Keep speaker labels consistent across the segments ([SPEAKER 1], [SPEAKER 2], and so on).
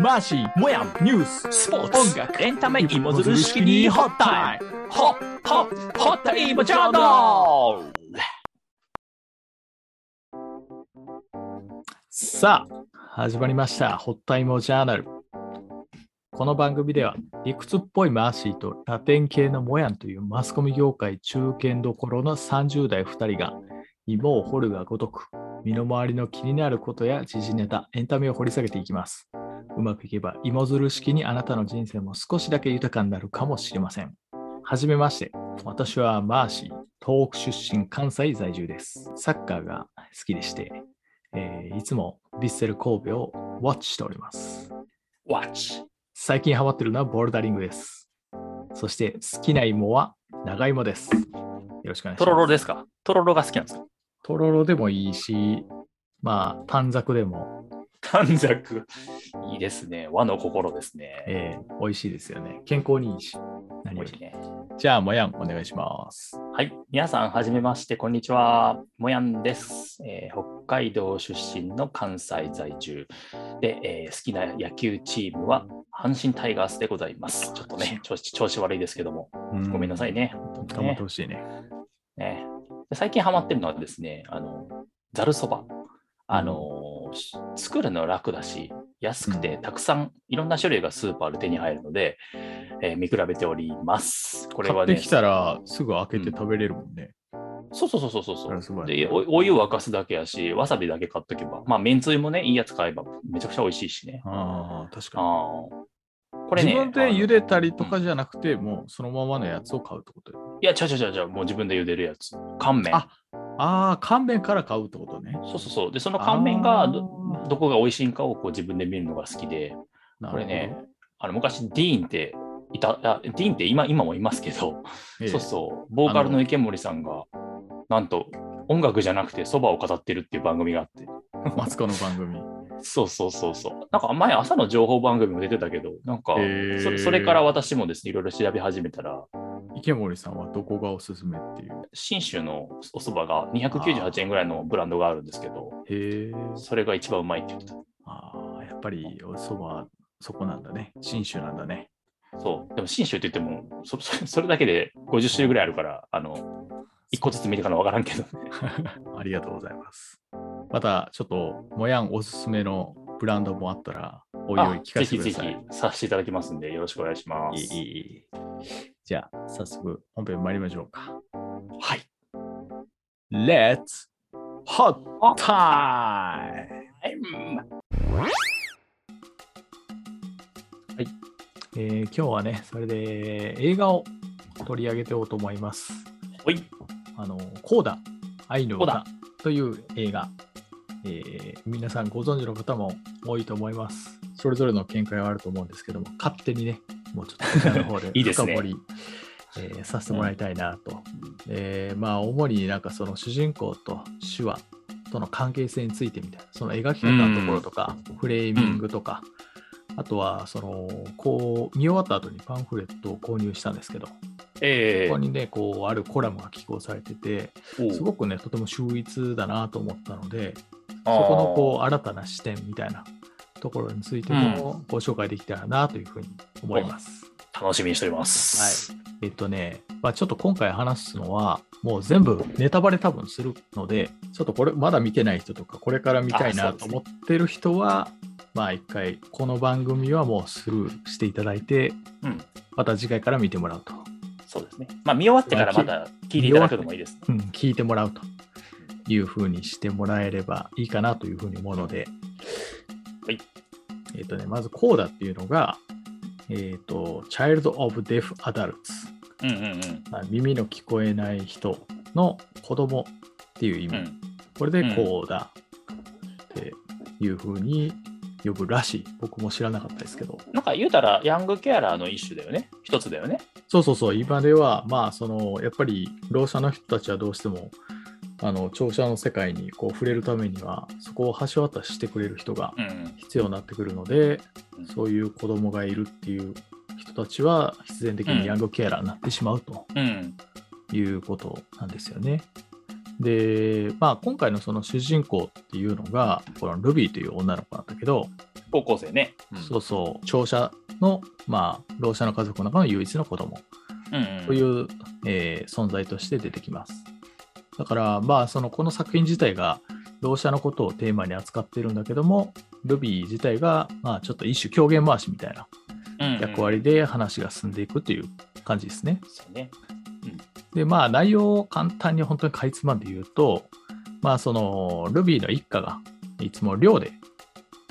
[SPEAKER 1] マーシー、もやん、ニュース、
[SPEAKER 2] スポー
[SPEAKER 1] 音
[SPEAKER 2] ツ、
[SPEAKER 1] 楽、
[SPEAKER 2] エンタメ、芋づる式にホッタイム。ホッ、ホッ、ホッタイムジャーナル
[SPEAKER 1] さあ、始まりました。ホッタイモジャーナル。この番組では、理屈っぽいマーシーとラテン系のモヤンというマスコミ業界中堅どころの30代2人が、芋を掘るがごとく、身の回りの気になることや時事ネタ、エンタメを掘り下げていきます。うまくいけば、芋づる式にあなたの人生も少しだけ豊かになるかもしれません。はじめまして、私はマーシー、東北出身、関西在住です。サッカーが好きでして、えーいつもヴィッセル神戸をウォッチしております。
[SPEAKER 2] Watch。
[SPEAKER 1] 最近ハマってるのはボルダリングです。そして好きな芋は長芋です。よろしくお願いします。
[SPEAKER 2] トロロですかトロロが好きなんですか
[SPEAKER 1] とろろでもいいし、まあ短冊でも、
[SPEAKER 2] 短冊。いいですね。和の心ですね。
[SPEAKER 1] えー美味しいですよね。健康にいいし。何
[SPEAKER 2] 美
[SPEAKER 1] よ
[SPEAKER 2] 味しい
[SPEAKER 1] り
[SPEAKER 2] ね。
[SPEAKER 1] じゃあ、もやんお願いします。
[SPEAKER 2] はい、皆さん、はじめまして、こんにちは。もやんです、えー北海道出身の関西在住で、えー好きな野球チームは阪神タイガースでございます。ちょっとね、調子調子悪いですけども、ごめんなさい
[SPEAKER 1] ね。
[SPEAKER 2] ね。
[SPEAKER 1] 頑張ってほしいね。
[SPEAKER 2] ねで最近ハマってるのはですね、あのざるそば。あのし作るの楽だし、安くてたくさんいろんな種類がスーパーで手に入るので、えー見比べております。これ
[SPEAKER 1] 買
[SPEAKER 2] は
[SPEAKER 1] って
[SPEAKER 2] ね、
[SPEAKER 1] きたらすぐ開けて
[SPEAKER 2] うん
[SPEAKER 1] 食べれるもんね。
[SPEAKER 2] そうそうそうそうそうそ
[SPEAKER 1] ざるそば
[SPEAKER 2] う。でお、お湯を沸かすだけやし、わさびだけ買っとけば、まあ、めんつゆもね、いいやつ買えばめちゃくちゃ美味しいしね。
[SPEAKER 1] ああ、確か
[SPEAKER 2] あ
[SPEAKER 1] に。
[SPEAKER 2] ーこれね、
[SPEAKER 1] 自分で茹
[SPEAKER 2] あ
[SPEAKER 1] でたりとかじゃなくて、もうそのままのやつを買うってことよ
[SPEAKER 2] のいや、ちゃうちゃうちゃうちゃう、もう自分で茹でるやつ。乾麺。
[SPEAKER 1] あああ、乾麺から買うってことね。
[SPEAKER 2] そうそうそう。で、その乾麺が
[SPEAKER 1] あ
[SPEAKER 2] どどこが美味しいんかをこう自分で見るのが好きで、
[SPEAKER 1] なるほど
[SPEAKER 2] これね、あの昔、ディーンっていた、あディーンって今今もいますけど、
[SPEAKER 1] ええ
[SPEAKER 2] そうそう、ボーカルの池森さんが、なんと、音楽じゃなくてそばを語ってるっていう番組があって、
[SPEAKER 1] マツコの番組。
[SPEAKER 2] そうそうそうそう。なんか前朝の情報番組も出てたけど、なんか
[SPEAKER 1] へー
[SPEAKER 2] それそれから私もですね、いろいろ調べ始めたら、
[SPEAKER 1] 池森さんはどこがおすすめっていう。
[SPEAKER 2] 信州のおそばが298円ぐらいのブランドがあるんですけど、
[SPEAKER 1] へえ。
[SPEAKER 2] それが一番うまいって言ってた。
[SPEAKER 1] ああ、やっぱりおそば、そこなんだね。信州なんだね。
[SPEAKER 2] そう。でも信州って言っても、そ そそれだけで50種類ぐらいあるから、あの、1個ずつ見てかなわからんけどね。
[SPEAKER 1] ありがとうございます。また、ちょっと、もやんおすすめのブランドもあったら、おいおい
[SPEAKER 2] あ
[SPEAKER 1] 聞かせてくだ
[SPEAKER 2] ぜひ
[SPEAKER 1] さ
[SPEAKER 2] ぜ
[SPEAKER 1] い。
[SPEAKER 2] ひさせていただきますんで、よろしくお願いします。
[SPEAKER 1] いいいいいいじゃあ、早速、本編参りましょうか。
[SPEAKER 2] はい。
[SPEAKER 1] Let's Hot Time! えー今日はね、それで映画を取り上げておうと思います。
[SPEAKER 2] ほい。
[SPEAKER 1] あの、コーダ、愛の
[SPEAKER 2] コー
[SPEAKER 1] 歌
[SPEAKER 2] ダ
[SPEAKER 1] という映画、えー皆さんご存知の方も多いと思います。それぞれの見解はあると思うんですけども、勝手にね、もうちょっとこちらの方で
[SPEAKER 2] いいです
[SPEAKER 1] 深
[SPEAKER 2] ね
[SPEAKER 1] 掘りえーさせてもらいたいなと。えーまあ、主になんかその主人公と手話との関係性についてみたいな、その描き方のところとか、フレーミングとか、あとは、その、こう、見終わった後にパンフレットを購入したんですけど、
[SPEAKER 2] ええ
[SPEAKER 1] ここにね、こう、あるコラムが寄稿されてて、
[SPEAKER 2] おう
[SPEAKER 1] すごくね、とても秀逸だなと思ったので、そ
[SPEAKER 2] あー
[SPEAKER 1] このこう新たな視点みたいなところについてもご紹介できたらなというふうに思います。
[SPEAKER 2] 楽しみにしております。
[SPEAKER 1] えっとね、まあ、ちょっと今回話すのは、もう全部ネタバレ多分するので、ちょっとこれ、まだ見てない人とか、これから見たい
[SPEAKER 2] あ
[SPEAKER 1] な
[SPEAKER 2] そうで
[SPEAKER 1] と
[SPEAKER 2] すね
[SPEAKER 1] 思ってる人は、まあ一回、この番組はもうスルーしていただいて、
[SPEAKER 2] うん
[SPEAKER 1] また次回から見てもらうと。
[SPEAKER 2] そうですね。まあ、見終わってからまた聞いていただくのもいいですね。
[SPEAKER 1] うん、聞いてもらうというふうにしてもらえればいいかなというふうに思うので、
[SPEAKER 2] はい
[SPEAKER 1] えっ、とね、まずコーダっていうのが、えっ、と、Child of Deaf Adults、
[SPEAKER 2] うんうん
[SPEAKER 1] まあ耳の聞こえない人の子供っていう意
[SPEAKER 2] う
[SPEAKER 1] 味、
[SPEAKER 2] ん。うん
[SPEAKER 1] これでコーダっていうふうに呼ぶらしい、僕も知らなかったですけど、
[SPEAKER 2] なんか言うたら、ヤングケアラーの一種だよね。一つだよね。
[SPEAKER 1] そうそうそう、今では、まあ、その、やっぱり、ろう者の人たちはどうしても、あの、聴者の世界にこう触れるためには、そこを橋渡ししてくれる人が
[SPEAKER 2] うんうん。
[SPEAKER 1] 必要になってくるので
[SPEAKER 2] うん、
[SPEAKER 1] そういう子供がいるっていう人たちは、必然的にヤングケアラーになってしまうと
[SPEAKER 2] うん。
[SPEAKER 1] いうことなんですよね。で、まあ、今回のその主人公っていうのが、このルビーという女の子なんだけど、
[SPEAKER 2] 高校生ね。
[SPEAKER 1] そうそう、聴者の、まあ、ろう者の家族の中の唯一の子供
[SPEAKER 2] うんうん
[SPEAKER 1] という、えー存在として出てきます。だから、まあ、そのこの作品自体が、ろう者のことをテーマに扱っているんだけども、ルビー自体が、まあ、ちょっと一種狂言回しみたいな
[SPEAKER 2] うんうん
[SPEAKER 1] 役割で話が進んでいくという感じですね。
[SPEAKER 2] そうね。
[SPEAKER 1] でまあ内容を簡単に本当にかいつまんで言うとまあそのルビーの一家がいつも寮で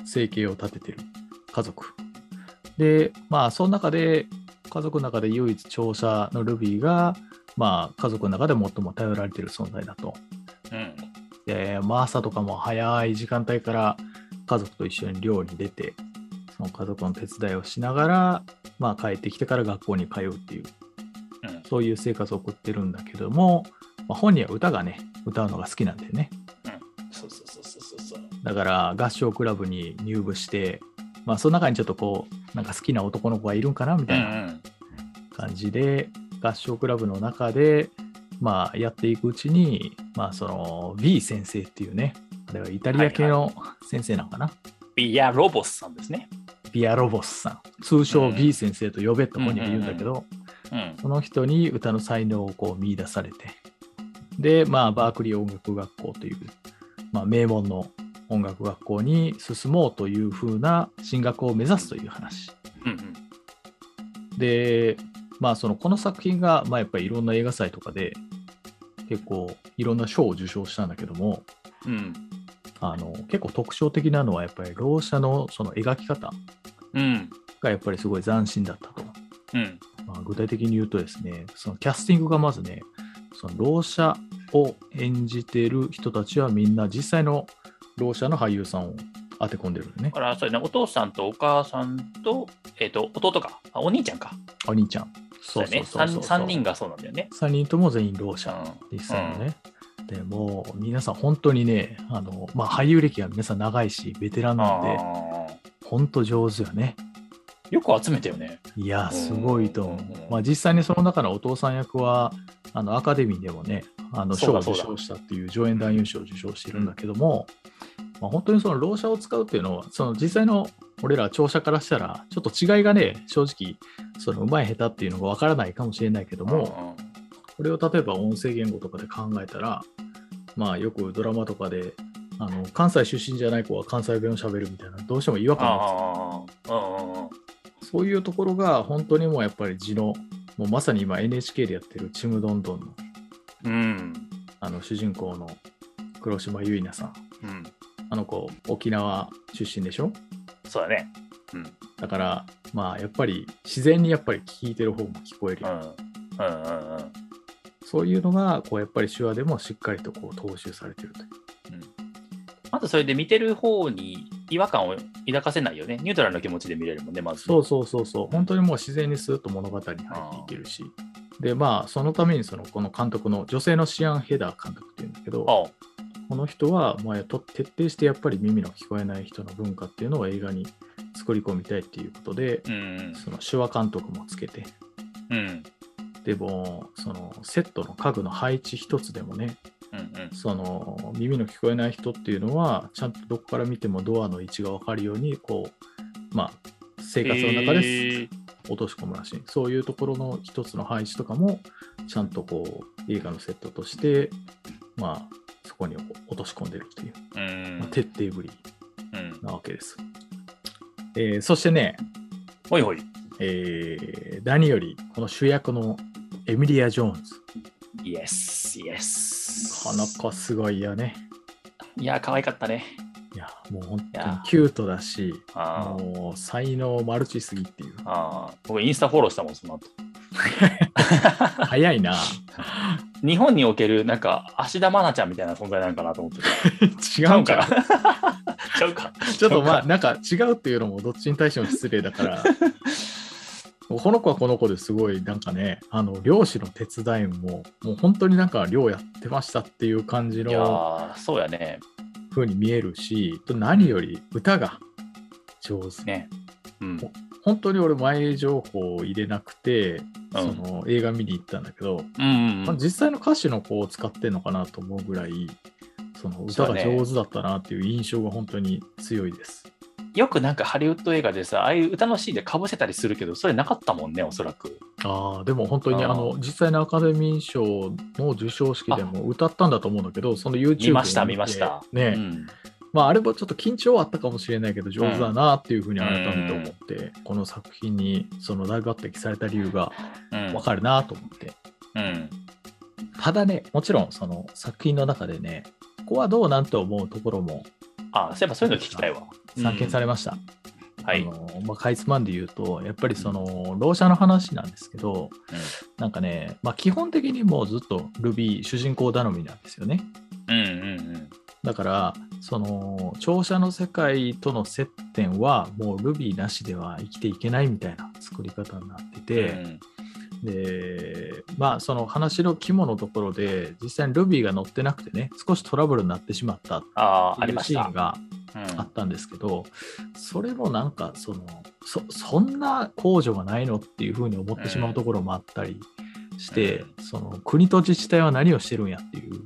[SPEAKER 1] 生計を立ててる家族でまあその中で家族の中で唯一長者のルビーがまあ家族の中で最も頼られてる存在だと
[SPEAKER 2] うん。
[SPEAKER 1] で、まあ、朝とかも早い時間帯から家族と一緒に寮に出てその家族の手伝いをしながら、まあ、帰ってきてから学校に通うっていう
[SPEAKER 2] うん
[SPEAKER 1] そういう生活を送ってるんだけども、まあ、本人は歌がね、歌うのが好きなんだよね。
[SPEAKER 2] そうそうそうそうそう。
[SPEAKER 1] だから合唱クラブに入部して、まあ、その中にちょっとこう、なんか好きな男の子がいるんかなみ
[SPEAKER 2] う
[SPEAKER 1] た
[SPEAKER 2] ん。
[SPEAKER 1] いうなん感じで、合唱クラブの中で、まあ、やっていくうちに、まあ、その B 先生っていうね、あれはイタリア系の先生なのかな、
[SPEAKER 2] ビアロボスさんですね。
[SPEAKER 1] ビアロボスさん、通称
[SPEAKER 2] うん
[SPEAKER 1] B 先生と呼べって本人が言うんだけど、
[SPEAKER 2] うん。
[SPEAKER 1] その人に歌の才能をこう見出されて、で、まあ、バークリー音楽学校という、まあ、名門の音楽学校に進もうというふうな進学を目指すという話。
[SPEAKER 2] うんうん。
[SPEAKER 1] で、まあ、そのこの作品が、まあ、やっぱりいろんな映画祭とかで、結構いろんな賞を受賞したんだけども、
[SPEAKER 2] うん。
[SPEAKER 1] あの結構特徴的なのは、やっぱりろう者のその描き方
[SPEAKER 2] うん。
[SPEAKER 1] がやっぱりすごい斬新だったと。
[SPEAKER 2] うん。
[SPEAKER 1] まあ、具体的に言うとですね、そのキャスティングがまずね、そのろう者を演じてる人たちはみんな実際のろう者の俳優さんを当て込んでるのね
[SPEAKER 2] だ。から、そうね、お父さんとお母さんと、えっ、と、弟か、あお兄ちゃんか。
[SPEAKER 1] お兄ちゃん。そう
[SPEAKER 2] だ
[SPEAKER 1] そう
[SPEAKER 2] よね。
[SPEAKER 1] そう
[SPEAKER 2] 三
[SPEAKER 1] そう。
[SPEAKER 2] 三人がそうなんだよね。
[SPEAKER 1] 三人とも全員ろう者。
[SPEAKER 2] う
[SPEAKER 1] 実際のね。でもう皆さん本当にね、あのまあ、俳優歴が皆さん長いし、ベテラン
[SPEAKER 2] ん。
[SPEAKER 1] なんで、
[SPEAKER 2] ああ。
[SPEAKER 1] 本当上手よね。
[SPEAKER 2] よく集めたよね。
[SPEAKER 1] いや、
[SPEAKER 2] うん
[SPEAKER 1] すごいと思
[SPEAKER 2] うん
[SPEAKER 1] う。まあ、実際にその中のお父さん役は、あのアカデミーでもね、あの
[SPEAKER 2] そ
[SPEAKER 1] 賞
[SPEAKER 2] う
[SPEAKER 1] を
[SPEAKER 2] だ
[SPEAKER 1] 受
[SPEAKER 2] そうだ
[SPEAKER 1] 賞したっていう上演男優賞を受賞してるんだけども、まあ、本当にそのろう者を使うっていうのは、その実際の俺ら聴者からしたら、ちょっと違いがね、正直、その上手い下手っていうのがわからないかもしれないけども、
[SPEAKER 2] も
[SPEAKER 1] これを例えば音声言語とかで考えたら、まあ、よくドラマとかで、あの関西出身じゃない子は関西弁を喋るみたいな、どうしても違和
[SPEAKER 2] うん。
[SPEAKER 1] 感が
[SPEAKER 2] ああ。うんうんうん。
[SPEAKER 1] そういうところが本当にもうやっぱり地の、もうまさに今 NHK でやってるちむどんどんの
[SPEAKER 2] うん。
[SPEAKER 1] あの主人公の黒島結菜さん。
[SPEAKER 2] うん。
[SPEAKER 1] あの子、沖縄出身でしょ
[SPEAKER 2] そうだね。うん。
[SPEAKER 1] だから、まあやっぱり自然にやっぱり聞いてる方も聞こえる
[SPEAKER 2] う
[SPEAKER 1] よ。
[SPEAKER 2] ん。うんうんうん。
[SPEAKER 1] そういうのが、こうやっぱり手話でもしっかりとこう踏襲されてるという。
[SPEAKER 2] まずそれで見てる方に違和感を抱かせないよね。ニュートラルな気持ちで見れるもんね、まず。
[SPEAKER 1] そうそうそうそう。本当にもう自然にスーッと物語に入っていけるし。で、まあそのためにそのこの監督の女性のシアン・ヘダー監督っていうんだけど、
[SPEAKER 2] ああ
[SPEAKER 1] この人は、まあ、と徹底してやっぱり耳の聞こえない人の文化っていうのを映画に作り込みたいっていうことで、
[SPEAKER 2] うん
[SPEAKER 1] その手話監督もつけて、
[SPEAKER 2] うん。うん。
[SPEAKER 1] でも、そのセットの家具の配置一つでもね、
[SPEAKER 2] うんうん。
[SPEAKER 1] その耳の聞こえない人っていうのは、ちゃんとどこから見てもドアの位置が分かるように、こう、まあ、生活の中で
[SPEAKER 2] へえ
[SPEAKER 1] 落とし込むらしい、そういうところの一つの配置とかも、ちゃんとこう、映画のセットとして、まあ、そこに落とし込んでるっていう、
[SPEAKER 2] うん
[SPEAKER 1] まあ、徹底ぶり。
[SPEAKER 2] うん。
[SPEAKER 1] なわけです。えーそしてね、
[SPEAKER 2] ほいほい。
[SPEAKER 1] えー何よりこの主役のエミリア・ジョーンズ、
[SPEAKER 2] イエス、イエス。
[SPEAKER 1] この子すごいよね。
[SPEAKER 2] いや、可愛かったね。
[SPEAKER 1] いや、もう本当
[SPEAKER 2] い
[SPEAKER 1] に
[SPEAKER 2] や
[SPEAKER 1] キュートだし、
[SPEAKER 2] あー
[SPEAKER 1] もう才能マルチすぎっていう。
[SPEAKER 2] あー。僕、インスタフォローしたもん、その後。
[SPEAKER 1] 早いな。
[SPEAKER 2] 日本における、なんか、芦田愛菜ちゃんみたいな存在なのかなと思ってた。
[SPEAKER 1] 違うんかな。
[SPEAKER 2] ちゃうか。
[SPEAKER 1] ちょっとまあ、なんか違うっていうのもどっちに対しても失礼だから。この子はこの子ですごいなんかねあの漁師の手伝いももう本当になんか漁やってましたっていう感じ
[SPEAKER 2] いや
[SPEAKER 1] の
[SPEAKER 2] ー、そうやね。
[SPEAKER 1] 風に見えるし、と何より歌が上手。
[SPEAKER 2] ね。うん。
[SPEAKER 1] 本当に俺前情報を入れなくて、
[SPEAKER 2] うん
[SPEAKER 1] その映画見に行ったんだけど、
[SPEAKER 2] うん、
[SPEAKER 1] まあ、実際の歌手の子を使ってんのかなと思うぐらいその歌
[SPEAKER 2] そう
[SPEAKER 1] が
[SPEAKER 2] だね
[SPEAKER 1] 上手だったなっていう印象が本当に強いです。
[SPEAKER 2] よくなんかハリウッド映画でさああいう歌のシーンでかぶせたりするけどそれなかったもんねおそらく
[SPEAKER 1] ああでも本当にあ
[SPEAKER 2] あー
[SPEAKER 1] の実際のアカデミー賞の授賞式でも歌ったんだと思うんだけどその YouTube をて
[SPEAKER 2] 見ました見ました
[SPEAKER 1] ね、
[SPEAKER 2] うん
[SPEAKER 1] まああれもちょっと緊張はあったかもしれないけど上手だなっていうふうに改めて思って、この作品にその大抜擢された理由が
[SPEAKER 2] うん
[SPEAKER 1] わかるなと思って、
[SPEAKER 2] うん
[SPEAKER 1] ただねもちろんその作品の中でねここはどうなんて思うところも
[SPEAKER 2] あそういえばそういうの聞きたいわ
[SPEAKER 1] 散見されました、
[SPEAKER 2] は
[SPEAKER 1] あ
[SPEAKER 2] い
[SPEAKER 1] のまあ、かいつまんで言うとやっぱりそのろう者の話なんですけど、
[SPEAKER 2] うん
[SPEAKER 1] なんかね、まあ、基本的にもうずっと Ruby 主人公頼みなんですよね
[SPEAKER 2] うんうん
[SPEAKER 1] だからその聴者の世界との接点はもう Ruby なしでは生きていけないみたいな作り方になって
[SPEAKER 2] うん
[SPEAKER 1] て、でまあその話の肝のところで実際に Ruby が乗ってなくてね少しトラブルになってしまったって
[SPEAKER 2] あああ
[SPEAKER 1] い
[SPEAKER 2] り
[SPEAKER 1] う
[SPEAKER 2] まし
[SPEAKER 1] シー
[SPEAKER 2] た
[SPEAKER 1] ンが
[SPEAKER 2] うん
[SPEAKER 1] あったんですけど、それもなんかそのそそんな控除がないのっていうふうに思ってしまうところもあったりして、その国と自治体は何をしてるんやっていう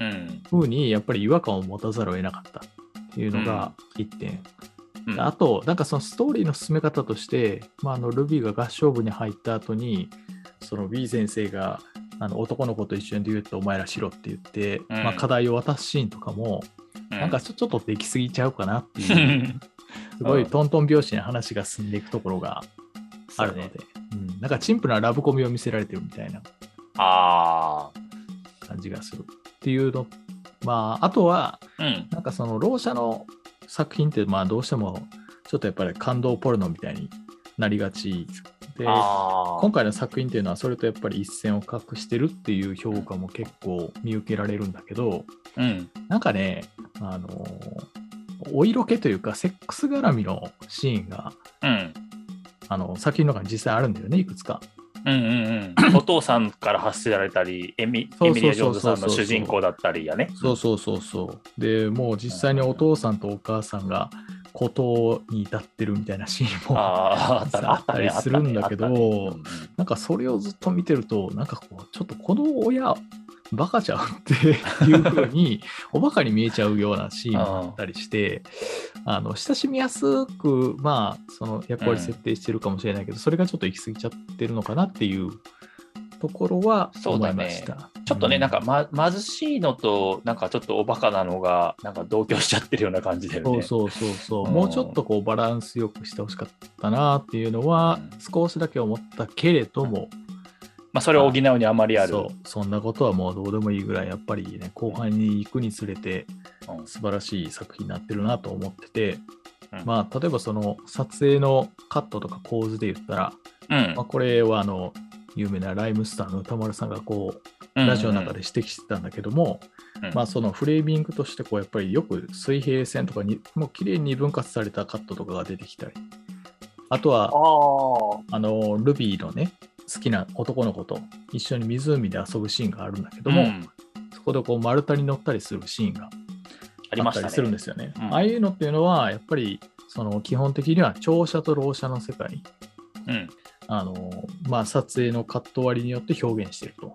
[SPEAKER 2] うん
[SPEAKER 1] ふうにやっぱり違和感を持たざるを得なかったっていうのが1点、
[SPEAKER 2] うん
[SPEAKER 1] あとなんかそのストーリーの進め方として、まあ、あのルビーが合唱部に入った後にその B 先生があの男の子と一緒にデュエットお前らしろって言って、
[SPEAKER 2] うん
[SPEAKER 1] まあ、課題を渡すシーンとかも、
[SPEAKER 2] う
[SPEAKER 1] なんかちょちょっとできすぎちゃうかなって
[SPEAKER 2] う
[SPEAKER 1] いう。
[SPEAKER 2] ん
[SPEAKER 1] すごいトントン拍子に話が進んでいくところがあるので、うん、なんか陳腐なラブコメを見せられてるみたいな
[SPEAKER 2] あ
[SPEAKER 1] 感じがするっていうの、まあ、あとは、
[SPEAKER 2] あうん
[SPEAKER 1] なんかその、ろう者の作品って、まあ、どうしても、ちょっとやっぱり感動ポルノみたいになりがちで、
[SPEAKER 2] あ
[SPEAKER 1] 今回の作品っていうのは、それとやっぱり一線を画してるっていう評価も結構見受けられるんだけど、
[SPEAKER 2] あうん
[SPEAKER 1] なんかね、あのお色気というか、セックス絡みのシーンが
[SPEAKER 2] うん
[SPEAKER 1] あの作品の中に実際あるんだよね、いくつか。
[SPEAKER 2] うんうんうん、お父さんから発せられたり、エミ
[SPEAKER 1] そうそうそうそう
[SPEAKER 2] エミリア・ジョーンズさんの主人公だったりやね。
[SPEAKER 1] そうそうそうそう。でもう実際にお父さんとお母さんが孤島に至ってるみたいなシーンも。
[SPEAKER 2] あーあったねあったね
[SPEAKER 1] あったりするんだけど
[SPEAKER 2] あったねあったね
[SPEAKER 1] なんかそれをずっと見てると、なんかこう、ちょっとこの親、バカじゃんって いうふうに、おバカに見えちゃうようなシーンもあったりして、あの親しみやすく、まあ、その役割設定してるかもしれないけど、それがちょっと行き過ぎちゃってるのかなっていうところは
[SPEAKER 2] そう
[SPEAKER 1] 思
[SPEAKER 2] だ
[SPEAKER 1] い
[SPEAKER 2] ね
[SPEAKER 1] ました。
[SPEAKER 2] ちょっとね、
[SPEAKER 1] う
[SPEAKER 2] なんか、ま、貧しいのと、なんかちょっとおバカなのが、なんか同居しちゃってるような感じだよね。
[SPEAKER 1] そうそうそうそう、
[SPEAKER 2] うん
[SPEAKER 1] もうちょっとこうバランスよくしてほしかったなっていうのは
[SPEAKER 2] うん
[SPEAKER 1] 少しだけ思ったけれども、
[SPEAKER 2] まあ、それを補うにあまりある。
[SPEAKER 1] そうそんなことはもうどうでもいいぐらいやっぱりね後半に行くにつれて
[SPEAKER 2] うん
[SPEAKER 1] 素晴らしい作品になってるなと思ってて、
[SPEAKER 2] うん
[SPEAKER 1] まあ例えばその撮影のカットとか構図で言ったら、
[SPEAKER 2] うん
[SPEAKER 1] まあ、これはあの有名なライムスターの歌丸さんがこう
[SPEAKER 2] うん
[SPEAKER 1] ラジオの中で指摘してたんだけども、
[SPEAKER 2] うん
[SPEAKER 1] まあ、そのフレーミングとしてこうやっぱりよく水平線とかにもう綺麗に分割されたカットとかが出てきたりあと
[SPEAKER 2] あ
[SPEAKER 1] は
[SPEAKER 2] ー
[SPEAKER 1] あのルビーのね好きな男の子と一緒に湖で遊ぶシーンがあるんだけど
[SPEAKER 2] うん
[SPEAKER 1] も、そこでこう丸太に乗ったりするシーンが
[SPEAKER 2] あり
[SPEAKER 1] あ
[SPEAKER 2] ま
[SPEAKER 1] っ
[SPEAKER 2] したた
[SPEAKER 1] りするん
[SPEAKER 2] ね。
[SPEAKER 1] ですよね。
[SPEAKER 2] うん
[SPEAKER 1] ああいうのっていうのはやっぱりその基本的には聴者とろう者の世界
[SPEAKER 2] うん
[SPEAKER 1] あの、まあ、撮影のカット割りによって表現してると。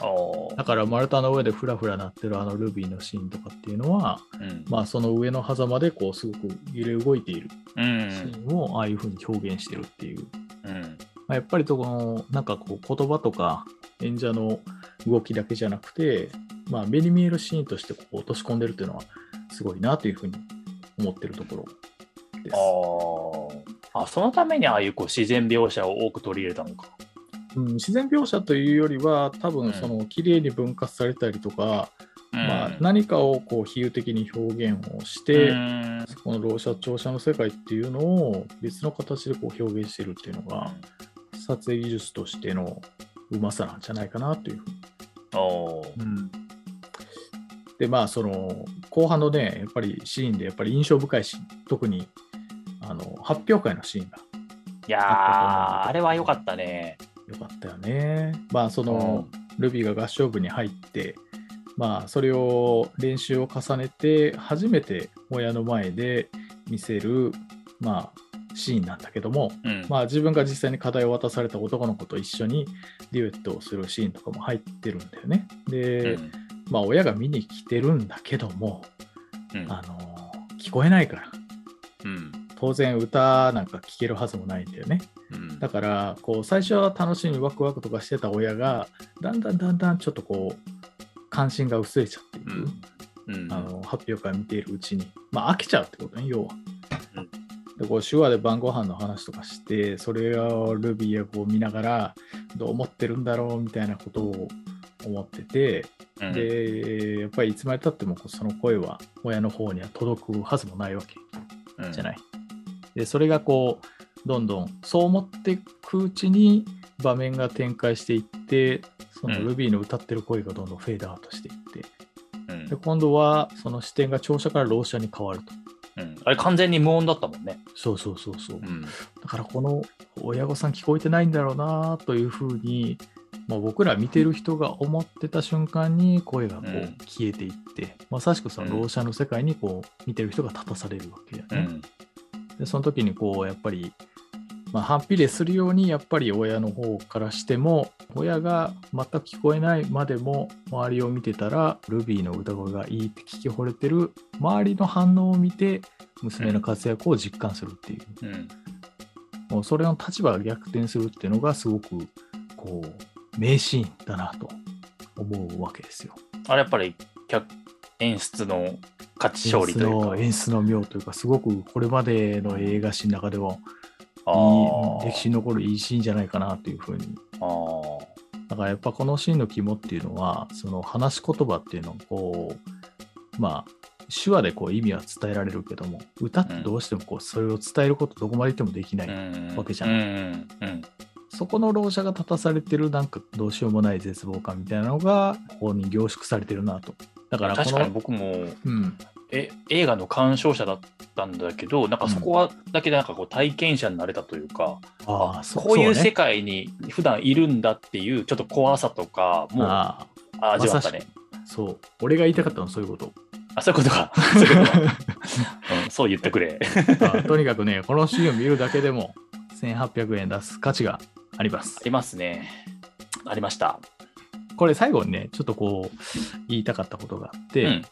[SPEAKER 2] お
[SPEAKER 1] だ
[SPEAKER 2] ー
[SPEAKER 1] から丸太の上でフラフラなってるあのルビーのシーンとかっていうのは、
[SPEAKER 2] うん
[SPEAKER 1] まあ、その上の狭間でこうすごく揺れ動いている
[SPEAKER 2] う
[SPEAKER 1] シ
[SPEAKER 2] ん
[SPEAKER 1] ーンをああいうふうに表現してるっていう、
[SPEAKER 2] うん
[SPEAKER 1] まあ、やっぱりとこのなんかこう言葉とか演者の動きだけじゃなくて、まあ、目に見えるシーンとしてこう落とし込んでるっていうのはすごいなというふうに思ってるところです。
[SPEAKER 2] あーあそのためにああいうこう自然描写を多く取り入れたのか。
[SPEAKER 1] うん、自然描写というよりは多分その綺麗に分割されたりとか、まあ、何かをこう比喩的に表現をして、
[SPEAKER 2] うん
[SPEAKER 1] このろう者聴者の世界っていうのを別の形でこう表現してるっていうのが撮影技術としてのうまさなんじゃないかなというふうに。
[SPEAKER 2] おー
[SPEAKER 1] でまあその後半のねやっぱりシーンでやっぱり印象深いシーン特にあの発表会のシーンが
[SPEAKER 2] いや
[SPEAKER 1] あ
[SPEAKER 2] ー
[SPEAKER 1] ったと思うんだけど
[SPEAKER 2] あれは良かったね。
[SPEAKER 1] 良かったよね。まあそのルビーが合唱部に入ってまあそれを練習を重ねて初めて親の前で見せるまあシーンなんだけども、
[SPEAKER 2] うん
[SPEAKER 1] まあ、自分が実際に課題を渡された男の子と一緒にデュエットをするシーンとかも入ってるんだよね。
[SPEAKER 2] う
[SPEAKER 1] で、
[SPEAKER 2] ん
[SPEAKER 1] まあ親が見に来てるんだけども、
[SPEAKER 2] うん
[SPEAKER 1] あの聞こえないから
[SPEAKER 2] うん
[SPEAKER 1] 当然歌なんか聴けるはずもないんだよね。
[SPEAKER 2] うん
[SPEAKER 1] だからこう最初は楽しみワクワクとかしてた親がだんだんだんだんちょっとこう関心が薄れちゃっていく、
[SPEAKER 2] うん
[SPEAKER 1] あの発表会見ているうちに、まあ、飽きちゃうってことね要は
[SPEAKER 2] うん。
[SPEAKER 1] でこう手話で晩ご飯の話とかしてそれをルビーがこう見ながらどう思ってるんだろうみたいなことを思ってて、
[SPEAKER 2] うん
[SPEAKER 1] でやっぱりいつまでたってもこうその声は親の方には届くはずもないわけ。
[SPEAKER 2] うん
[SPEAKER 1] じゃない。でそれがこうどんどんそう思っていくうちに場面が展開していってその
[SPEAKER 2] うん
[SPEAKER 1] ルビーの歌ってる声がどんどんフェードアウトしていって、
[SPEAKER 2] うん
[SPEAKER 1] で今度はその視点が聴者からろう者に変わると。
[SPEAKER 2] うんあれ完全に無音だったもんね。
[SPEAKER 1] そうそうそうそう。
[SPEAKER 2] うん
[SPEAKER 1] だからこの親御さん聞こえてないんだろうなというふうに、まあ、僕ら見てる人が思ってた瞬間に声がこう
[SPEAKER 2] うん
[SPEAKER 1] 消えていって、まさしくそのろう者の世界にこう見てる人が立たされるわけやね。
[SPEAKER 2] うん
[SPEAKER 1] でその時にこうやっぱり、まあ、反比例するようにやっぱり親の方からしても親が全く聞こえないまでも周りを見てたらルビーの歌声がいいって聞き惚れてる周りの反応を見て娘の活躍を実感するっていう,、
[SPEAKER 2] うん
[SPEAKER 1] もうそれの立場が逆転するっていうのがすごくこう名シーンだなと思うわけですよ。
[SPEAKER 2] あれやっぱり客演出の勝ち勝利という
[SPEAKER 1] 演出の
[SPEAKER 2] か。
[SPEAKER 1] 演出の妙というかすごくこれまでの映画史の中では
[SPEAKER 2] あ
[SPEAKER 1] い
[SPEAKER 2] ー
[SPEAKER 1] い歴史に残るいいシーンじゃないかなというふうに
[SPEAKER 2] あー
[SPEAKER 1] だからやっぱこのシーンの肝っていうのはその話し言葉っていうのをこうまあ手話でこう意味は伝えられるけども歌ってどうしてもこうそれを伝えることどこまで言ってもできない、
[SPEAKER 2] うん
[SPEAKER 1] わけじゃ
[SPEAKER 2] うんんうん
[SPEAKER 1] そこのろう者が立たされてるなんかどうしようもない絶望感みたいなのがここに凝縮されてるなとだからこ
[SPEAKER 2] 確かに
[SPEAKER 1] の
[SPEAKER 2] 僕も
[SPEAKER 1] うん
[SPEAKER 2] え映画の鑑賞者だったんだけどなんかそこはだけでなんかこう体験者になれたというか、
[SPEAKER 1] ああそ
[SPEAKER 2] こういう
[SPEAKER 1] そ
[SPEAKER 2] 世界に普段いるんだっていうちょっと怖さとか
[SPEAKER 1] ね、
[SPEAKER 2] もう
[SPEAKER 1] あ
[SPEAKER 2] 味わったね。
[SPEAKER 1] あそう俺が言いたかったのはそういうこと
[SPEAKER 2] あそういうことか。そういうことか うんそう言ってくれ。
[SPEAKER 1] あとにかくねこのシーンを見るだけでも1800円出す価値があります
[SPEAKER 2] ありますね。ありました。
[SPEAKER 1] これ最後にねちょっとこう言いたかったことがあって、
[SPEAKER 2] うん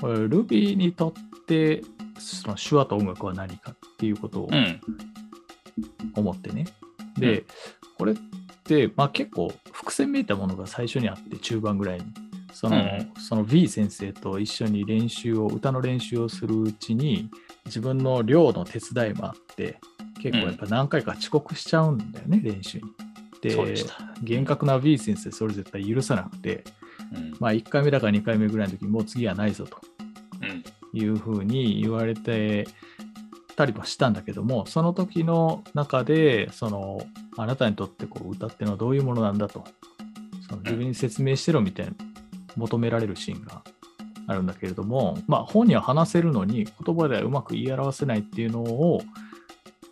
[SPEAKER 1] これルビーにとってその手話と音楽は何かっていうことを
[SPEAKER 2] うん。
[SPEAKER 1] 思ってね、で、
[SPEAKER 2] う
[SPEAKER 1] これって、まあ、結構伏線めいたものが最初にあって中盤ぐらいにその,、
[SPEAKER 2] うん
[SPEAKER 1] その B 先生と一緒に練習を歌の練習をするうちに自分の寮の手伝いもあって結構やっぱ何回か遅刻しちゃうんだよね、練習に。で
[SPEAKER 2] そうでした
[SPEAKER 1] 厳格な B 先生それ絶対許さなくて、
[SPEAKER 2] うん
[SPEAKER 1] まあ、1回目だか2回目ぐらいの時にもう次はないぞと
[SPEAKER 2] うん
[SPEAKER 1] いうふうに言われてたりもしたんだけどもその時の中でそのあなたにとってこう歌ってのはどういうものなんだとその自分に説明してろみたいな求められるシーンがあるんだけれども、まあ、本人は話せるのに言葉ではうまく言い表せないっていうのを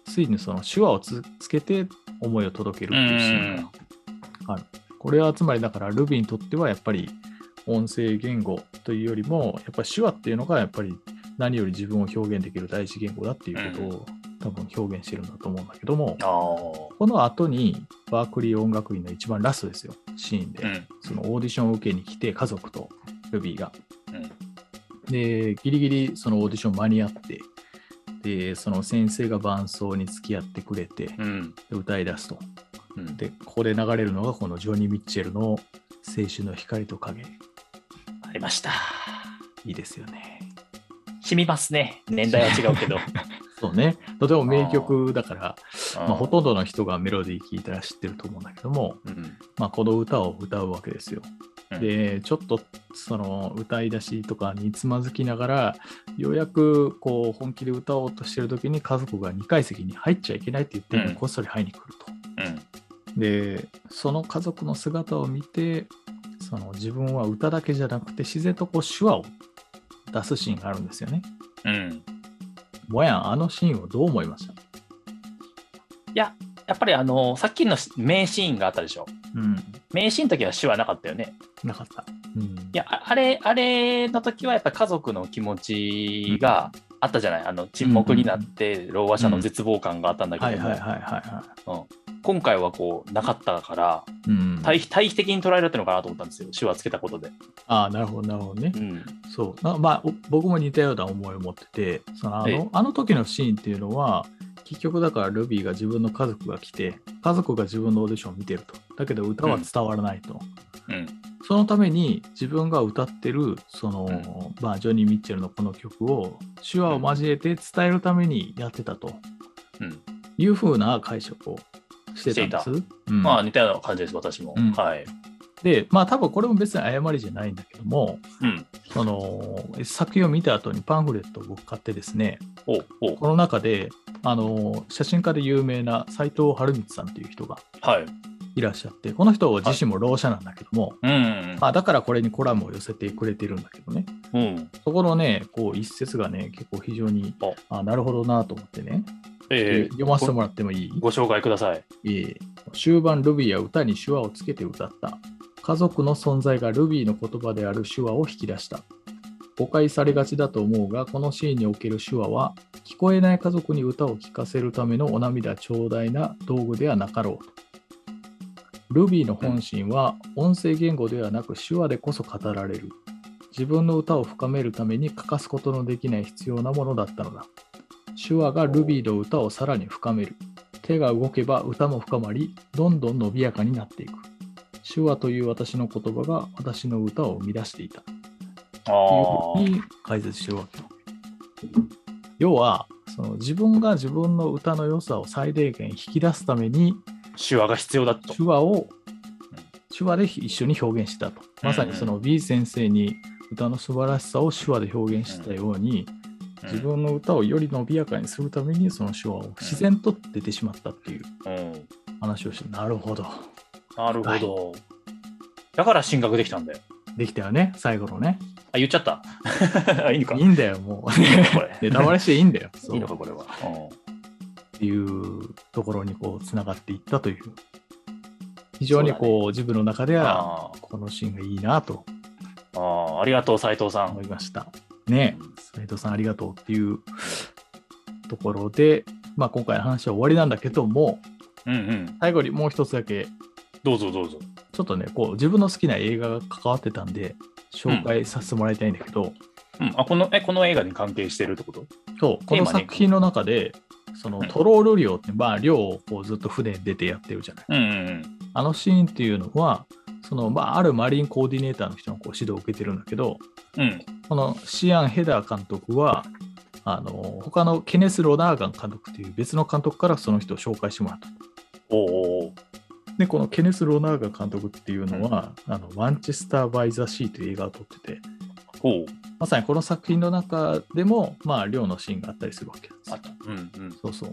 [SPEAKER 1] ついにその手話をつつけて思いを届けるっていうシーンがある。これはつまりだからルビーにとってはやっぱり音声言語というよりもやっぱり手話っていうのがやっぱり何より自分を表現できる第一言語だっていうことを多分表現してるんだと思うんだけども、
[SPEAKER 2] あー
[SPEAKER 1] この後にバークリー音楽院の一番ラストですよシーンで、
[SPEAKER 2] うん
[SPEAKER 1] そのオーディションを受けに来て家族とルビーが
[SPEAKER 2] うん
[SPEAKER 1] でギリギリそのオーディション間に合ってでその先生が伴奏に付き合ってくれてで
[SPEAKER 2] うん
[SPEAKER 1] 歌い出すと
[SPEAKER 2] うん
[SPEAKER 1] でここで流れるのがこのジョニー・ミッチェルの「青春の光と影」
[SPEAKER 2] ありました。
[SPEAKER 1] いいですよね
[SPEAKER 2] 染みますね。年代は違 うけど。
[SPEAKER 1] そうねとても名曲だから
[SPEAKER 2] ま
[SPEAKER 1] まあ、ほとんどの人がメロディー聴いたら知ってると思うんだけども、
[SPEAKER 2] うん
[SPEAKER 1] まあ、この歌を歌うわけですよ。
[SPEAKER 2] うん
[SPEAKER 1] でちょっとその歌い出しとかにつまずきながらようやくこう本気で歌おうとしてる時に家族が2階席に入っちゃいけないって言ってるの
[SPEAKER 2] う
[SPEAKER 1] に
[SPEAKER 2] ん
[SPEAKER 1] こっそり入りに来ると。
[SPEAKER 2] うん
[SPEAKER 1] でその家族の姿を見てその自分は歌だけじゃなくて自然とこう手話を出すシーンがあるんですよね。
[SPEAKER 2] うん
[SPEAKER 1] もやんあのシーンをどう思いました、
[SPEAKER 2] やっぱりあのさっきの名シーンがあったでしょ。
[SPEAKER 1] うん、
[SPEAKER 2] 名シーンの時は手話なかったよね。
[SPEAKER 1] なかった。うん、
[SPEAKER 2] いや、ああれ、あれの時はやっぱり家族の気持ちがあったじゃないあの沈黙になってろう話者の絶望感があったんだけ
[SPEAKER 1] はい
[SPEAKER 2] ども、
[SPEAKER 1] はいはいはいは
[SPEAKER 2] 今回はこうなかったから
[SPEAKER 1] い。うん、
[SPEAKER 2] 対比対比的に捉えられたのかなと思ったんですよ手話つけたことで。
[SPEAKER 1] ああ、なるほど、なるほどね
[SPEAKER 2] う。ん
[SPEAKER 1] そう。なまあ、お僕も似たような思いを持ってて、そのあ
[SPEAKER 2] ええ
[SPEAKER 1] のあの時のシーンっていうのは、結局だからルビーが自分の家族が来て、家族が自分のオーディションを見てると。だけど歌は伝わらないと。
[SPEAKER 2] うん
[SPEAKER 1] そのために自分が歌ってるその、
[SPEAKER 2] うん
[SPEAKER 1] まあ、ジョニー・ミッチェルのこの曲を手話を交えて伝えるためにやってたと
[SPEAKER 2] うん
[SPEAKER 1] いうふうな解釈をしてたんです。うん
[SPEAKER 2] まあ似たような感じです私も。
[SPEAKER 1] うん
[SPEAKER 2] はい
[SPEAKER 1] でまあ多分これも別に誤りじゃないんだけども
[SPEAKER 2] うん、
[SPEAKER 1] その作品を見た後にパンフレットを僕買ってですね
[SPEAKER 2] おうおう
[SPEAKER 1] この中であの写真家で有名な斎藤晴光さんという人が
[SPEAKER 2] はい。
[SPEAKER 1] いらっしゃってこの人自身もろう者なんだけども、
[SPEAKER 2] うん
[SPEAKER 1] まあ、だからこれにコラムを寄せてくれてるんだけどね
[SPEAKER 2] うん、
[SPEAKER 1] そこのね、こう一節がね、結構非常に
[SPEAKER 2] お、
[SPEAKER 1] あなるほどなと思ってね、
[SPEAKER 2] えー
[SPEAKER 1] 読ませてもらってもいい
[SPEAKER 2] ご紹介ください。
[SPEAKER 1] ええ終盤、ルビーは歌に手話をつけて歌った。家族の存在がルビーの言葉である手話を引き出した。誤解されがちだと思うが、このシーンにおける手話は、聞こえない家族に歌を聴かせるためのお涙頂戴な道具ではなかろうと。ルビーの本心は、音声言語ではなく手話でこそ語られる。自分の歌を深めるために欠かすことのできない必要なものだったのだ。手話がルビーの歌をさらに深める。手が動けば歌も深まり、どんどん伸びやかになっていく。手話という私の言葉が私の歌を生み出していた。
[SPEAKER 2] あ
[SPEAKER 1] と
[SPEAKER 2] ー
[SPEAKER 1] いうふうに解説してるわけよ。要は、その自分が自分の歌の良さを最低限引き出すために、
[SPEAKER 2] 手話が必要だと。
[SPEAKER 1] 手話を手話で一緒に表現したと。まさにその B 先生に歌の素晴らしさを手話で表現したように、自分の歌をより伸びやかにするために、その手話を自然と出てしまったっていう
[SPEAKER 2] うん、うん
[SPEAKER 1] 話をして、なるほど。
[SPEAKER 2] なるほど、だから進学できたんだよ。
[SPEAKER 1] できたよね、最後のね。
[SPEAKER 2] あ、言っちゃった いいのか
[SPEAKER 1] いいんだよ、も う。
[SPEAKER 2] いいのかこれ
[SPEAKER 1] ネタバレしていいんだよ。そう
[SPEAKER 2] いいのかこれは。
[SPEAKER 1] っていうところにこうつながっていったという。非常にこう自分の中で
[SPEAKER 2] うん、
[SPEAKER 1] は
[SPEAKER 2] あ
[SPEAKER 1] このシーンがいいなと
[SPEAKER 2] ーあー、ありがとう、斉藤さん。
[SPEAKER 1] 思いました。ねえ、斉藤さんありがとうっていうところで、まあ、今回の話は終わりなんだけども、
[SPEAKER 2] うんうん。
[SPEAKER 1] 最後にもう一つだけ、
[SPEAKER 2] どうぞどうぞ。
[SPEAKER 1] ちょっとね、こう自分の好きな映画が関わってたんで、紹介させてもらいたいんだけど、
[SPEAKER 2] うん、あこのえこの映画に関係してるってこと
[SPEAKER 1] そうこ
[SPEAKER 2] テ
[SPEAKER 1] の
[SPEAKER 2] ーマね
[SPEAKER 1] 作品の中で、その
[SPEAKER 2] うん
[SPEAKER 1] トロール漁って、まあ、漁をこうずっと船に出てやってるじゃない。
[SPEAKER 2] うんうん
[SPEAKER 1] あのシーンっていうのは、そのまあ、あるマリンコーディネーターの人のこう指導を受けてるんだけど、
[SPEAKER 2] うん。うん。
[SPEAKER 1] このシアン・ヘダー監督は、あの他のケネス・ロナーガン監督という別の監督からその人を紹介してもらった。
[SPEAKER 2] おうおうおう
[SPEAKER 1] で、このケネス・ロナーガン監督っていうのは、あのマンチェスター・バイ・ザ・シーという映画を撮ってて、
[SPEAKER 2] ほう。
[SPEAKER 1] まさにこの作品の中でも、まあ、漁のシーンがあったりするわけです
[SPEAKER 2] あ。った。うんうん。
[SPEAKER 1] そうそう。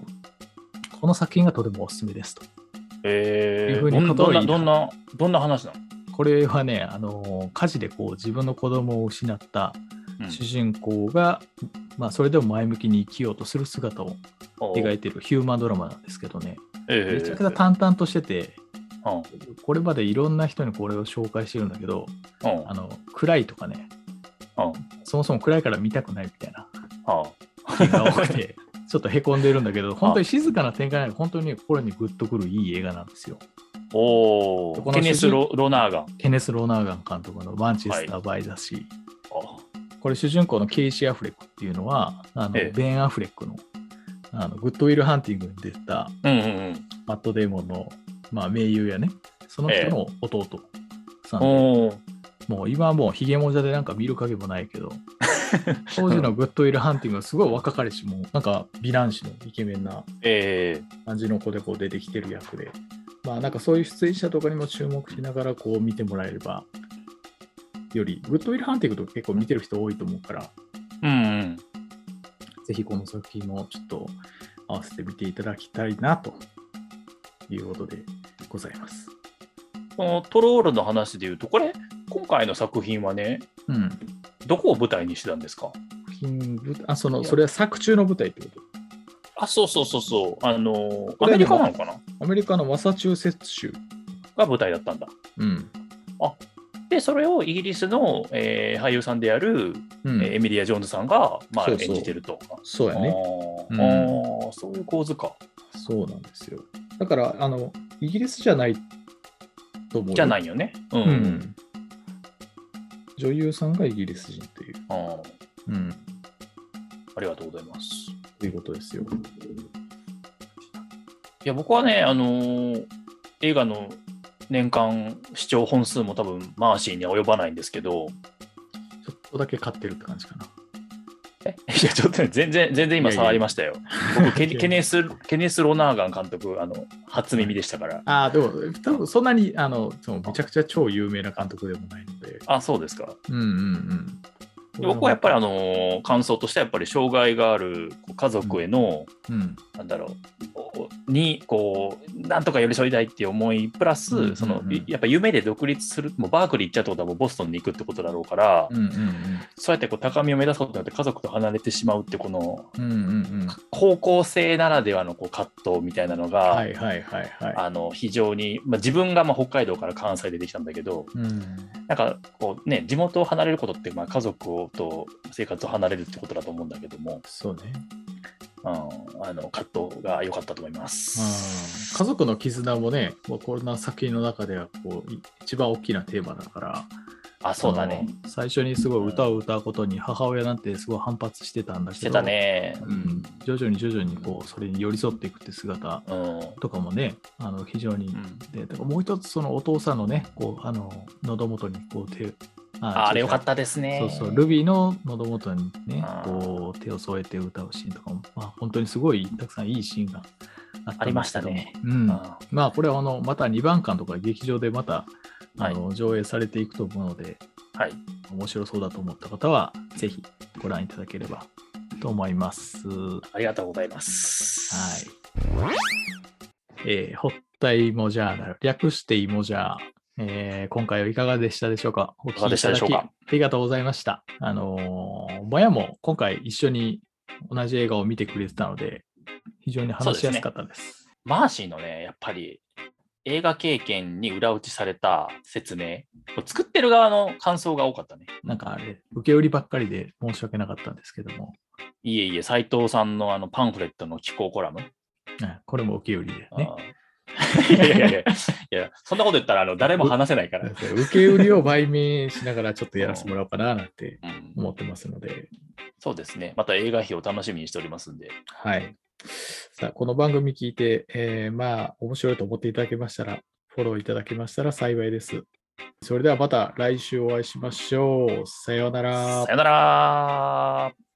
[SPEAKER 1] この作品がとてもおすすめですと。い
[SPEAKER 2] え
[SPEAKER 1] うふ
[SPEAKER 2] ー、
[SPEAKER 1] う
[SPEAKER 2] ど
[SPEAKER 1] に
[SPEAKER 2] ん
[SPEAKER 1] こと
[SPEAKER 2] ど
[SPEAKER 1] を言
[SPEAKER 2] んない
[SPEAKER 1] た
[SPEAKER 2] どんなどんな話なの、
[SPEAKER 1] これはね、あの火事でこう自分の子供を失った
[SPEAKER 2] うん
[SPEAKER 1] 主人公が、まあ、それでも前向きに生きようとする姿を
[SPEAKER 2] おう
[SPEAKER 1] 描いているヒューマンドラマなんですけどね、
[SPEAKER 2] え
[SPEAKER 1] め
[SPEAKER 2] ー
[SPEAKER 1] ちゃくちゃ淡々としてて、
[SPEAKER 2] うん
[SPEAKER 1] これまでいろんな人にこれを紹介してるんだけど、
[SPEAKER 2] うん
[SPEAKER 1] あの暗いとかね、
[SPEAKER 2] うん
[SPEAKER 1] そもそも暗いから見たくないみたいな
[SPEAKER 2] あ
[SPEAKER 1] シーンが多く て、ちょっとへこんでるんだけど、本当に静かな展開なので、本当に心にグッとくるいい映画なんですよ。
[SPEAKER 2] お
[SPEAKER 1] こ
[SPEAKER 2] お、
[SPEAKER 1] の
[SPEAKER 2] ケネス
[SPEAKER 1] 主人
[SPEAKER 2] ロ・ロナーガン。
[SPEAKER 1] ケネス・ローナーガン監督のマンチェスター・バイザシー。
[SPEAKER 2] あ
[SPEAKER 1] これ主人公のケイシー・アフレックっていうのは、あの
[SPEAKER 2] ええ
[SPEAKER 1] ベン・アフレックのあのグッドウィル・ハンティングに出た
[SPEAKER 2] うんうん
[SPEAKER 1] マット・デーモンの、まあ、盟友やね、その人の弟さ
[SPEAKER 2] うんん。
[SPEAKER 1] で、
[SPEAKER 2] おお、
[SPEAKER 1] もう今はもうヒゲもじゃでなんか見る影もないけ ど、当時のグッドウィル・ハンティングはすごい若かりし、もうなんか美男子のイケメンな
[SPEAKER 2] え
[SPEAKER 1] 感じの子でこう出てきてる役で、まあなんかそういう出演者とかにも注目しながらこう見てもらえれば、より、グッドウィル・ハンティングとか結構見てる人多いと思うから、
[SPEAKER 2] えうんうん。
[SPEAKER 1] ぜひこの作品もちょっと合わせて見ていただきたいなということでございます。
[SPEAKER 2] このトロールの話でいうと、これ、今回の作品はね、
[SPEAKER 1] うん。
[SPEAKER 2] どこを舞台にしてたんですか
[SPEAKER 1] キングあそのそれは作中の舞台ってこと
[SPEAKER 2] あ、そうそうそうそう、あのー、
[SPEAKER 1] こ
[SPEAKER 2] ア
[SPEAKER 1] れ
[SPEAKER 2] メ
[SPEAKER 1] で
[SPEAKER 2] リ
[SPEAKER 1] も
[SPEAKER 2] カなのかな
[SPEAKER 1] アメリカのマサチューセッツ州。
[SPEAKER 2] が舞台だったんだ。
[SPEAKER 1] うん。
[SPEAKER 2] あでそれをイギリスの、えー俳優さんである、
[SPEAKER 1] うん
[SPEAKER 2] えーエミリア・ジョーンズさんが、まあ、
[SPEAKER 1] そ
[SPEAKER 2] 演
[SPEAKER 1] うそう
[SPEAKER 2] じてると。
[SPEAKER 1] そうやね。
[SPEAKER 2] あー
[SPEAKER 1] うん
[SPEAKER 2] あーそういう構図か。
[SPEAKER 1] そうなんですよ。だから、あの、イギリスじゃないと思う。。
[SPEAKER 2] じゃないいよね。うん
[SPEAKER 1] うん。女優さんがイギリス人っていう。
[SPEAKER 2] あー
[SPEAKER 1] うん。
[SPEAKER 2] ありがとうございます。
[SPEAKER 1] ということですよ。
[SPEAKER 2] いや僕はね、あのー映画の年間視聴本数も多分マーシーには及ばないんですけど、
[SPEAKER 1] ちょっとだけ勝ってるって感じかな。
[SPEAKER 2] えいやちょっと ね全然、全然今
[SPEAKER 1] いやいや
[SPEAKER 2] 触りましたよ。僕ケニケネス、ケネス・ロナーガン監督、あの初耳でしたから。
[SPEAKER 1] ああ、でも、多分そんなに、あの、そのめちゃくちゃ超有名な監督でもないので。
[SPEAKER 2] あ、そうですか。
[SPEAKER 1] うんうんうん。
[SPEAKER 2] で僕はやっぱり、あのー感想としては、やっぱり障害があるこう家族への、
[SPEAKER 1] り、うん、
[SPEAKER 2] なんだろうこうにこうなんとか寄り添いたいっていう思いプラ
[SPEAKER 1] う
[SPEAKER 2] ス、
[SPEAKER 1] んうんうん
[SPEAKER 2] そのいやっぱ夢で独立するもうバークリー行っちゃうってことはもうボストンに行くってことだろうから、
[SPEAKER 1] うんうん
[SPEAKER 2] そうやってこう高みを目指そうってなって家族と離れてしまうってこの
[SPEAKER 1] うん。うんうんうん。
[SPEAKER 2] 高校生ならではのこう葛藤みたいなのが、
[SPEAKER 1] はいはいはいは
[SPEAKER 2] あの非常に、まあ、自分がまあ北海道から関西でできたんだけど
[SPEAKER 1] い。うん。
[SPEAKER 2] なんかこう、ね、地元を離れることってまあ家族をと生活を離れるってことだと思うんだけども、
[SPEAKER 1] そうね。
[SPEAKER 2] うん、あの葛藤が良かったと思います。
[SPEAKER 1] 家族の絆もね、もうこんな作品の中ではこうい一番大きなテーマだから、
[SPEAKER 2] あそうだね
[SPEAKER 1] あの最初にすごい歌を歌うことに母親なんてすごい反発してたんだけど、
[SPEAKER 2] してた。ね。
[SPEAKER 1] うん、徐々に徐々にこうそれに寄り添っていくって姿
[SPEAKER 2] うん。
[SPEAKER 1] とかもね、あの非常に
[SPEAKER 2] うん
[SPEAKER 1] で、だからもう一つそのお父さんのね、こうあの喉元にこう手を
[SPEAKER 2] ああれよかったたですね。
[SPEAKER 1] そうそう、ルビーの喉元にね
[SPEAKER 2] あ、ー
[SPEAKER 1] こう手を添えて歌うシーンとかも、まあ、本当にすごいたくさんいいシーンがあったんですけども
[SPEAKER 2] ありましたね。
[SPEAKER 1] うん、
[SPEAKER 2] うん。
[SPEAKER 1] まあ、これはあのまた2番館とか劇場でまた
[SPEAKER 2] は
[SPEAKER 1] あ
[SPEAKER 2] い
[SPEAKER 1] の上映されていくと思うので、
[SPEAKER 2] はい。
[SPEAKER 1] 面白そうだと思った方は、ぜひご覧いただければと思います。は
[SPEAKER 2] ありがとうございます。
[SPEAKER 1] い。えー、ホッタイモジャーナル、略してイモジャー。えー今回はいかがでしたでしょうかお聞きい
[SPEAKER 2] かがでしたでしょう
[SPEAKER 1] た
[SPEAKER 2] か
[SPEAKER 1] だきありがとうございました。あのーもやも今回一緒に同じ映画を見てくれてたので、非常に話しやすかったです。
[SPEAKER 2] マーシーのね、やっぱり映画経験に裏打ちされた説明、作ってる側の感想が多かったね。
[SPEAKER 1] なんかあれ、受け売りばっかりで申し訳なかったんですけども、
[SPEAKER 2] いえいえ、斎藤さんのあのパンフレットの寄稿コラム。
[SPEAKER 1] ねこれも受け売りでね。
[SPEAKER 2] あー いやいやいやいや、そんなこと言ったらあの誰 も話せないから。
[SPEAKER 1] 受け売りを売名しながらちょっとやらせてもらおうかななんて
[SPEAKER 2] うん
[SPEAKER 1] 思ってますので、
[SPEAKER 2] そうですね。また映画費を楽しみにしておりますんで。
[SPEAKER 1] はい。さあ、この番組聞いて、えーまあ、面白いと思っていただけましたら、フォローいただけましたら幸いです。それではまた来週お会いしましょう。さようなら
[SPEAKER 2] さ。よなら